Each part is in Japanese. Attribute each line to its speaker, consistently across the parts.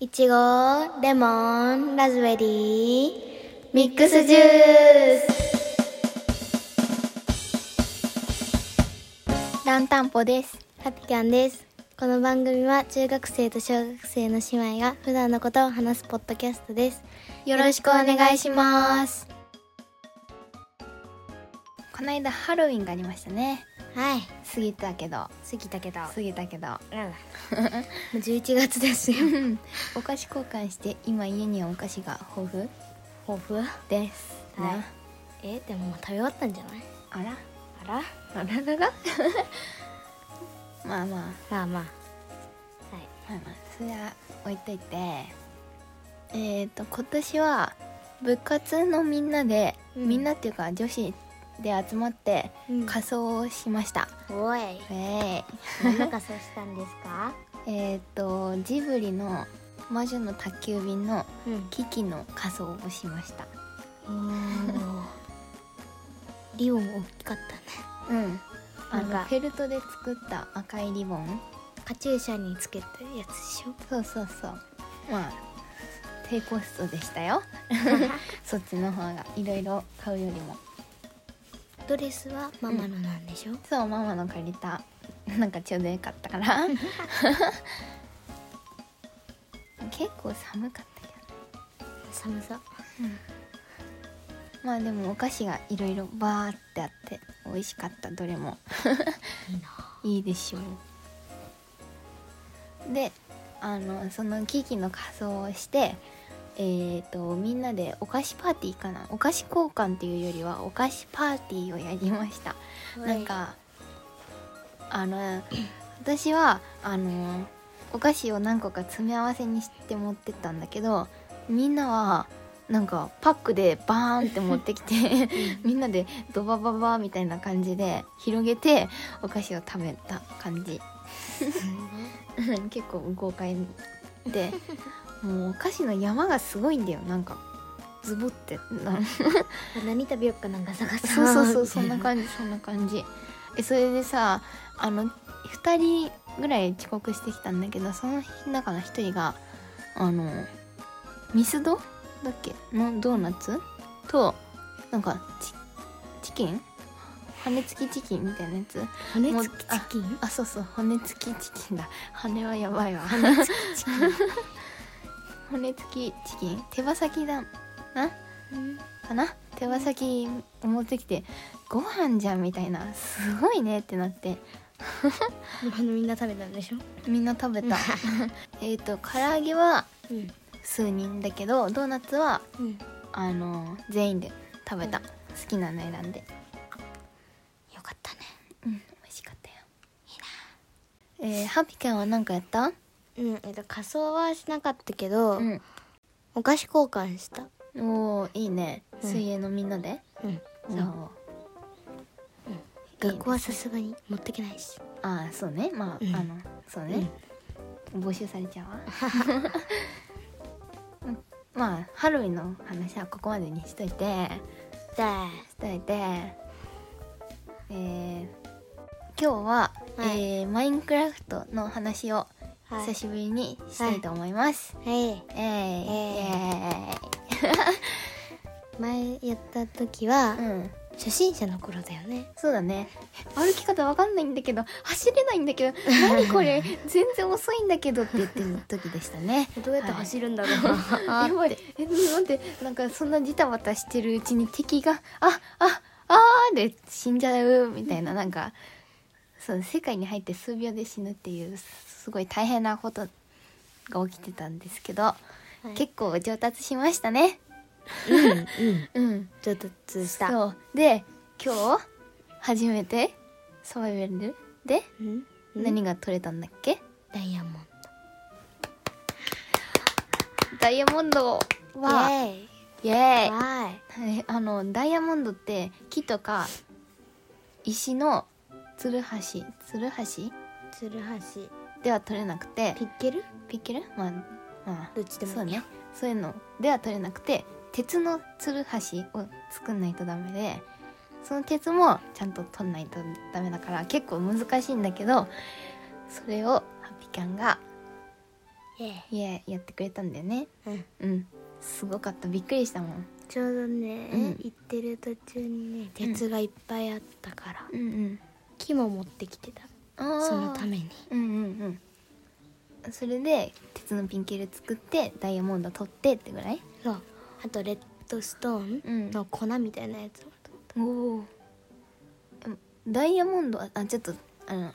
Speaker 1: いちご、レモン、ラズベリー、ミックスジュース。ランタンポです。ハピキャンです。この番組は中学生と小学生の姉妹が普段のことを話すポッドキャストです。よろしくお願いします。
Speaker 2: この間ハロウィンがありましたね
Speaker 1: はい、
Speaker 2: 過ぎたけど
Speaker 1: 過ぎたけど。
Speaker 2: 過ぎたけど
Speaker 1: うんもう11月ですよ。
Speaker 2: お菓子交換して今家にはお菓子が豊富
Speaker 1: 抱負
Speaker 2: ですね、
Speaker 1: はいえ、でももう食べ終わったんじゃない
Speaker 2: あら
Speaker 1: あら
Speaker 2: あららら まあまあ
Speaker 1: まあまあ。はい。
Speaker 2: まあまあそれは置いといてえっ、と今年は部活のみんなで、
Speaker 1: うん
Speaker 2: みんなっていうか女子で集まって
Speaker 1: うん
Speaker 2: 仮装をしました、
Speaker 1: おい。
Speaker 2: ええ
Speaker 1: 何の仮装したんですか？
Speaker 2: えっ、とジブリの「魔女の宅急便」の
Speaker 1: うん。
Speaker 2: キキの仮装をしました
Speaker 1: リボン大きかったね。
Speaker 2: うんあ
Speaker 1: なん
Speaker 2: の
Speaker 1: か
Speaker 2: フェルトで作った赤いリボン
Speaker 1: カチューシャにつけたやつでしょ。
Speaker 2: そうそうそうまあ低コストでしたよ そっちの方がいろいろ買うよりも
Speaker 1: ドレスはママのなんでしょ。
Speaker 2: そうママの借りた なんかちょうどよかったから 結構寒かったけ
Speaker 1: 寒さ。
Speaker 2: どまあでもお菓子がいろいろバーってあって美味しかったどれも
Speaker 1: いいな。
Speaker 2: いいでしょうであのそのキキの仮装をしてえー、とみんなでお菓子パーティーかなお菓子交換っていうよりはお菓子パーティーをやりましたなんかあの私はあのお菓子を何個か詰め合わせにして持ってったんだけどみんなはなんかパックでバーンって持ってき てみんなでドバババみたいな感じで広げてお菓子を食べた感じ 結構豪快でもうお菓子の山がすごいんだよなんかズボってなん
Speaker 1: 何食べよっかなんか探す。
Speaker 2: そうそうそうそんな感じそんな感じえそれでさあの2人ぐらい遅刻してきたんだけどその中の1人があのミスドだっけのドーナツとなんかチチキン羽根付きチキンみたいなやつ
Speaker 1: 骨
Speaker 2: もう
Speaker 1: 付きチキン。
Speaker 2: あそうそう骨付きチキンだ羽はやばいわ
Speaker 1: 骨付きチキン。
Speaker 2: 骨付きチキン手羽先だなかな手羽先を持ってきてご飯じゃんみたいなすごいねってなって
Speaker 1: あのみんな食べたんでしょ。
Speaker 2: みんな食 べたえっと唐揚げは
Speaker 1: うん。
Speaker 2: 数人だけどドーナツは
Speaker 1: うん。
Speaker 2: あの全員で食べた、
Speaker 1: うん
Speaker 2: 好きなの選んで
Speaker 1: よかったね。
Speaker 2: うん美味しかったよいいなえー、ハピケンは何かやった
Speaker 1: うん。えっと仮装はしなかったけど、
Speaker 2: ん
Speaker 1: お菓子交換した。
Speaker 2: おーいいね
Speaker 1: うん
Speaker 2: 水泳のみんなで、
Speaker 1: うん。
Speaker 2: そう
Speaker 1: 学校はさすがに持ってけないし。
Speaker 2: ああそうねまあ、
Speaker 1: うん
Speaker 2: あのそうね、募集されちゃうわ うんまあハロウィンの話はここまでにしといて
Speaker 1: で、
Speaker 2: しといてえー今日は、
Speaker 1: はい
Speaker 2: えーマインクラフトの話を
Speaker 1: はい
Speaker 2: 久しぶりにしたいと思います、
Speaker 1: はい。
Speaker 2: えー、え
Speaker 1: 前やった時は、
Speaker 2: ー、うん
Speaker 1: 初心者の頃だよね
Speaker 2: そうだね歩き方わかんないんだけど走れないんだけど何 これ全然遅いんだけどって言ってる時でしたね
Speaker 1: どうやって走るんだろうな、
Speaker 2: やばいえ待ってなんかそんなジタバタしてるうちに敵が「あああー」で死んじゃうみたいななんかそう世界に入って数秒で死ぬっていうすごい大変なことが起きてたんですけど、
Speaker 1: い
Speaker 2: 結構上達しましたね。
Speaker 1: うんうん
Speaker 2: うん、
Speaker 1: 上達した
Speaker 2: そうで今日初めてサバイバルで
Speaker 1: うん
Speaker 2: 何が取れたんだっけ
Speaker 1: ダイヤモン
Speaker 2: ダイヤモンド
Speaker 1: ド
Speaker 2: は
Speaker 1: イエーイ
Speaker 2: イエーイ
Speaker 1: わーい
Speaker 2: はいあのダイヤモンドって木とか石のつるはしつるはし
Speaker 1: ツルハシ
Speaker 2: では取れなくて
Speaker 1: ピッケル
Speaker 2: ピッケルまあま
Speaker 1: どっちで
Speaker 2: あ
Speaker 1: もいい
Speaker 2: そうねそういうのでは取れなくて鉄のつるはしを作んないとダメでその鉄もちゃんと取んないとダメだから結構難しいんだけどそれをハッピキャンが
Speaker 1: イエ
Speaker 2: いややってくれたんだよね
Speaker 1: ーイうん
Speaker 2: うんすごかったびっくりしたもん
Speaker 1: ちょうどね、
Speaker 2: うん
Speaker 1: 行ってる途中にね鉄がいっぱいあったから、
Speaker 2: うんうん
Speaker 1: 木も持ってきてた
Speaker 2: あ
Speaker 1: そのために
Speaker 2: うんうんうんそれで鉄のピンキル作ってダイヤモンド取ってってぐらい
Speaker 1: そうあとレッドストーンの粉みたいなやつも取っ
Speaker 2: おおダイヤモンドはあちょっとあの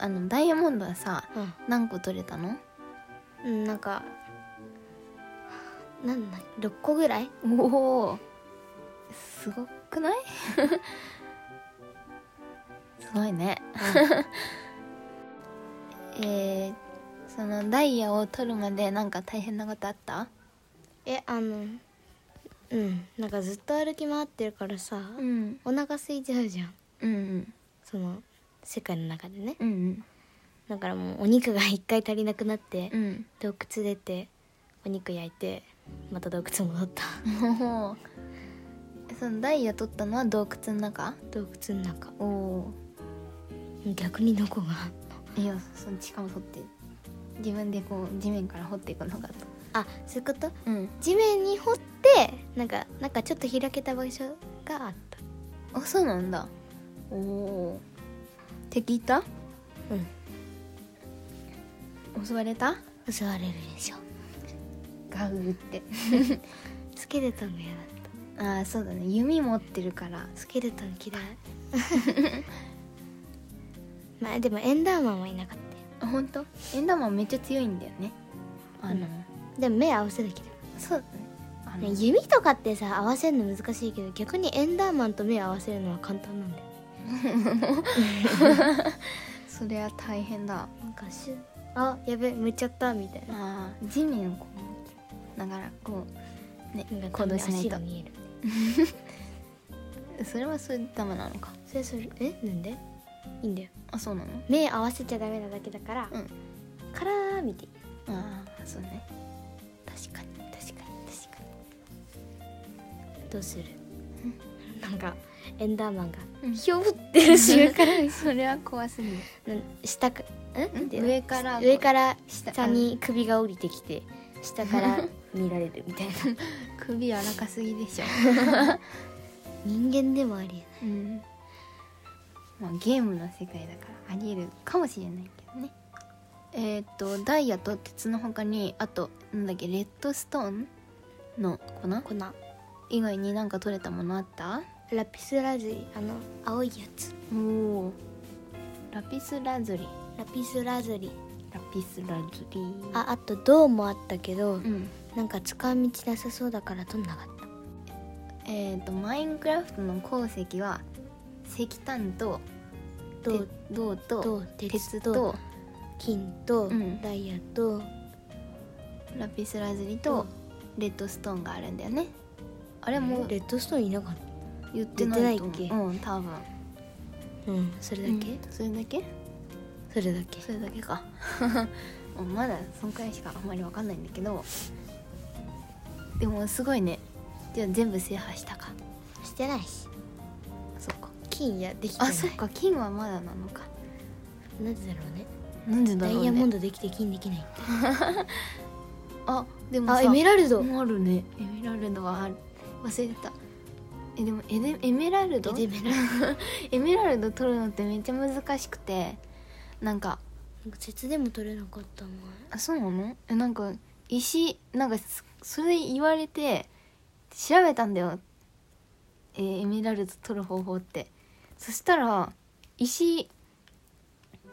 Speaker 2: あのダイヤモンドはさ
Speaker 1: たうん
Speaker 2: 何個取れたの
Speaker 1: うん、なんかなんだ6個ぐらい
Speaker 2: おおすごく ないすごいね えー、そのダイヤを取るまでなんか大変なことあった
Speaker 1: えあのうんなんかずっと歩き回ってるからさ、
Speaker 2: ん
Speaker 1: お腹空いちゃうじゃん
Speaker 2: うんうん
Speaker 1: その世界の中でね
Speaker 2: うん
Speaker 1: だからもうお肉が一回足りなくなって、
Speaker 2: うん
Speaker 1: 洞窟出てお肉焼いてまた洞窟戻った
Speaker 2: おー そのダイヤ取ったのは洞窟の中
Speaker 1: 洞窟の中
Speaker 2: おお
Speaker 1: 逆にどこが
Speaker 2: いやその地下も掘って自分でこう地面から掘っていくのかと
Speaker 1: あそういうこと
Speaker 2: うん
Speaker 1: 地面に掘ってなんかなんかちょっと開けた場所があった
Speaker 2: あそうなんだおお敵いた
Speaker 1: うん
Speaker 2: 襲われた
Speaker 1: 襲われるでしょ
Speaker 2: ガウって
Speaker 1: スケルトンが嫌だった
Speaker 2: ああそうだね弓持ってるから
Speaker 1: スケルトン嫌い まあでもエンダーマンはいなかったよ
Speaker 2: あ本当エンダーマンめっちゃ強いんだよねあの、
Speaker 1: でも目合わせるけ
Speaker 2: そうだねあ
Speaker 1: ど、
Speaker 2: の
Speaker 1: ね、弓とかってさ合わせるの難しいけど逆にエンダーマンと目合わせるのは簡単なんだよ
Speaker 2: それは大変だ
Speaker 1: なんかシュあやべむっちゃったみたいな
Speaker 2: あー地面をこうながらこうね
Speaker 1: なんか
Speaker 2: 行動しない
Speaker 1: 足
Speaker 2: と
Speaker 1: が見える
Speaker 2: それはそれダメなのか
Speaker 1: それそれえなんでいいんだよ
Speaker 2: あそうなの
Speaker 1: 目合わせちゃダメなだけだから、
Speaker 2: うん
Speaker 1: からー見て
Speaker 2: ああそうね
Speaker 1: 確かに確かに確かにどうする なんかエンダーマンが
Speaker 2: うん
Speaker 1: ひょぶってる瞬間
Speaker 2: それは怖すぎる
Speaker 1: なん下かんなんていうの
Speaker 2: 上から
Speaker 1: 上から
Speaker 2: 下
Speaker 1: 下に首が降りてきて下 から見られるみたいな
Speaker 2: 首柔らかすぎでしょ、
Speaker 1: 人間でもありえない
Speaker 2: うん、まあゲームの世界だからありえるかもしれないけどねえーっとダイヤと鉄の他にあとなんだっけレッドストーンの粉
Speaker 1: こんな
Speaker 2: 以外になんか取れたものあった
Speaker 1: ラピスラズリあの青いやつ
Speaker 2: おおラピスラズリ
Speaker 1: ラピスラズリ
Speaker 2: ラピスラズリ
Speaker 1: ああと銅もあったけど、
Speaker 2: うん
Speaker 1: なんか使い道なさそうだから取んなかった
Speaker 2: えーっとマインクラフトの鉱石は石炭と
Speaker 1: 銅
Speaker 2: 銅と
Speaker 1: と鉄
Speaker 2: 鉄
Speaker 1: と
Speaker 2: と
Speaker 1: 金と、
Speaker 2: うん
Speaker 1: ダイヤと
Speaker 2: ラピスラズリとレッドストーンがあるんだよねあれもう
Speaker 1: レッドストーンいなかっ
Speaker 2: 言ってないと
Speaker 1: 言ってないっけ
Speaker 2: 思ううん多分
Speaker 1: たうんそれだけ、
Speaker 2: うんそれだけ
Speaker 1: それだけ
Speaker 2: それだけか もうまだそんくらいしかあんまりわかんないんだけどでもすごいねじゃあ全部制覇したか
Speaker 1: してないし
Speaker 2: そっか
Speaker 1: 金やできてない
Speaker 2: あそっか金はまだなのか
Speaker 1: なぜだろうね
Speaker 2: なんで
Speaker 1: ダ
Speaker 2: だろうね
Speaker 1: イヤモン
Speaker 2: ド
Speaker 1: ドできて金できないって
Speaker 2: あでもさ
Speaker 1: あエメラルド
Speaker 2: あるねエメラルドはある忘れてたえでもエデエメラルド
Speaker 1: エメラル
Speaker 2: エメラルド取るのってめっちゃ難しくてなんか
Speaker 1: ド鉄でも取れなかったもん
Speaker 2: あそうなのえなんか石なんかそそれ言われて調べたんだよ、えーエメラルド取る方法ってそしたら石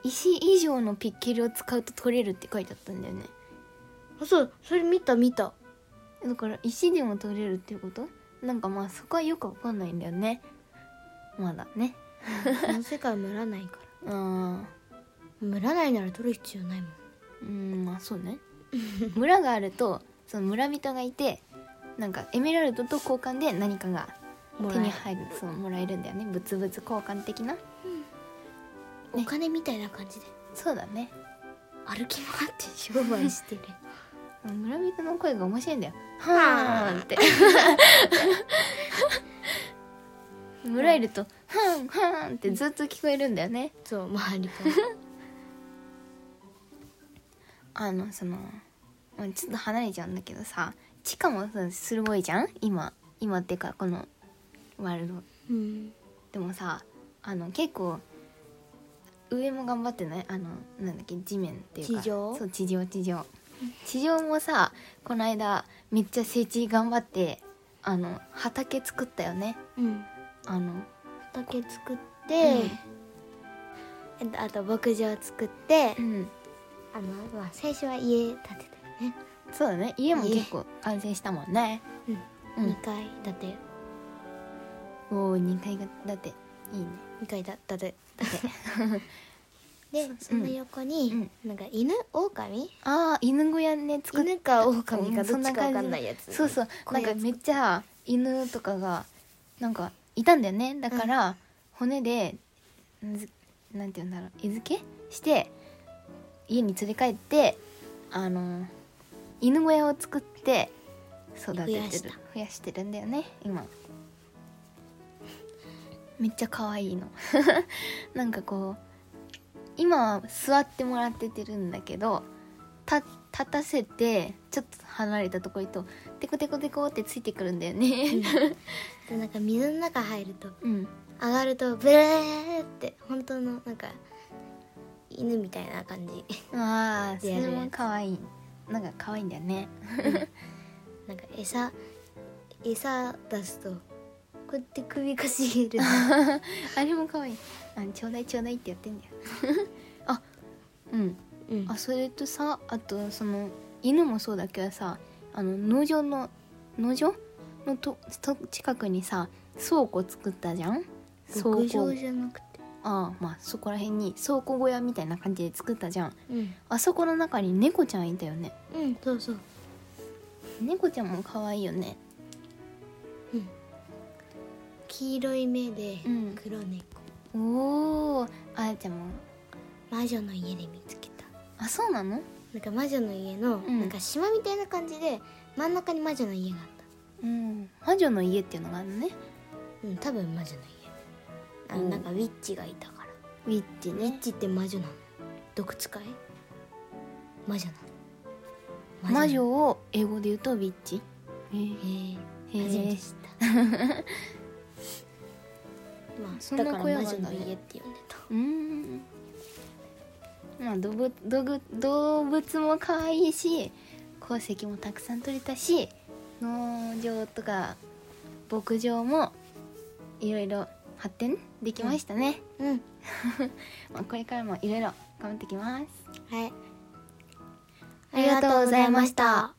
Speaker 2: 石以上のピッケルを使うと取れるって書いてあったんだよね
Speaker 1: あそうそれ見た見 た
Speaker 2: だから石でも取れるっていうことなんかまあそこはよくわかんないんだよねまだね
Speaker 1: この世界は村ないか
Speaker 2: うん
Speaker 1: ら村ないなら取る必要ないもん
Speaker 2: うんまあそう ね村があるとその村人がいてなんかエメラルドと交換で何かが
Speaker 1: もら
Speaker 2: 手
Speaker 1: え
Speaker 2: に入るそうもらえるんだよね物々交換的な
Speaker 1: お金みたいな感じで
Speaker 2: そうだね
Speaker 1: 歩き回って商売して る
Speaker 2: 村人の声が面白いんだよはーんって 村いると「はーんはーん」ってずっと聞こえるんだよね
Speaker 1: そう周りから
Speaker 2: あのそのうんちょっと離れちゃうんだけどさチカもさ鋭いじゃん今今っていうかこのワールド
Speaker 1: うん
Speaker 2: でもさあの結構上も頑張ってないあのなんだっけ地面っていうか
Speaker 1: 地上
Speaker 2: そう地上地上地上もさこの間めっちゃ整地頑張ってあの畑作ったよね
Speaker 1: うん
Speaker 2: あの
Speaker 1: 畑作って、えっとあと牧場作って、
Speaker 2: うん
Speaker 1: あのまあ最初は家建てたよね、
Speaker 2: そうだね家も結構完成したもんね
Speaker 1: うん
Speaker 2: うん
Speaker 1: 2階建て
Speaker 2: おお2階がだっていいね
Speaker 1: 2階だ建て でその横
Speaker 2: う
Speaker 1: に
Speaker 2: ん、
Speaker 1: なんか犬狼
Speaker 2: ああ犬小屋ね作っ
Speaker 1: 犬か狼
Speaker 2: う
Speaker 1: か
Speaker 2: んそ
Speaker 1: どっ
Speaker 2: ん
Speaker 1: ち
Speaker 2: な
Speaker 1: かわ
Speaker 2: 感じ
Speaker 1: かんないやつ
Speaker 2: そうそう
Speaker 1: こう
Speaker 2: な
Speaker 1: んいうや
Speaker 2: か
Speaker 1: つ
Speaker 2: めっちゃ犬とかがなんかいたんだよねだから、骨でんずなんて言うんだろう餌付けして家に連れ帰ってあの犬小屋を作って育ててる
Speaker 1: 増やした
Speaker 2: 増やしてるんだよね 今めっちゃ可愛いの なんかこう今は座ってもらっててるんだけどた立たせてちょっと離れたとこ行くとテコテコテコってついてくるんだよね
Speaker 1: でなんか水の中入ると
Speaker 2: うん
Speaker 1: 上がるとブレーって本当のなんか犬みたいな感じ
Speaker 2: ああそ
Speaker 1: でやる
Speaker 2: れ
Speaker 1: やつ
Speaker 2: も可愛いなんか可愛いんだよね
Speaker 1: なんか餌餌出すとこうやって首かしげる
Speaker 2: あれも可愛いあちょうだいちょうだいってやってんだよ あうん
Speaker 1: うん
Speaker 2: あそれとさあとその犬もそうだけどさあの農場の農場のとと近くにさ倉庫作ったじゃん倉
Speaker 1: 牧場
Speaker 2: 庫
Speaker 1: じゃなくて
Speaker 2: ああまあそこら辺に倉庫小屋みたいな感じで作ったじゃん
Speaker 1: うん
Speaker 2: あそこの中に猫ちゃんいたよね
Speaker 1: うんそうそう
Speaker 2: 猫ちゃんも可愛いよね
Speaker 1: 黄色い目で
Speaker 2: うん
Speaker 1: 黒猫、
Speaker 2: おおあやちゃんも
Speaker 1: 魔女の家で見つけた
Speaker 2: あそうなの
Speaker 1: なんか魔女の家の、
Speaker 2: うん
Speaker 1: なんか島みたいな感じで真ん中に魔女の家があっ
Speaker 2: うん魔女の家っていうのがあるのね
Speaker 1: たうん多分魔女の家あ
Speaker 2: うん
Speaker 1: なんかウィッチがいたから
Speaker 2: ウィッチ
Speaker 1: ウィッチって魔女なの毒使い魔女なの
Speaker 2: 魔女
Speaker 1: へ
Speaker 2: を英語で言うとウィッチえー
Speaker 1: え
Speaker 2: へえ
Speaker 1: 初めて知った ま
Speaker 2: そ
Speaker 1: あ
Speaker 2: んな
Speaker 1: だから魔
Speaker 2: 小
Speaker 1: 女
Speaker 2: 屋があるんだ
Speaker 1: の
Speaker 2: ね
Speaker 1: 家って呼んでた
Speaker 2: うーんまあ動物動物動物も可愛いし鉱石もたくさん取れたし農場とか牧場もいろいろ発展できましたね、
Speaker 1: うん
Speaker 2: まあ、これからもいろいろ頑張ってきます
Speaker 1: はい
Speaker 2: ありがとうございました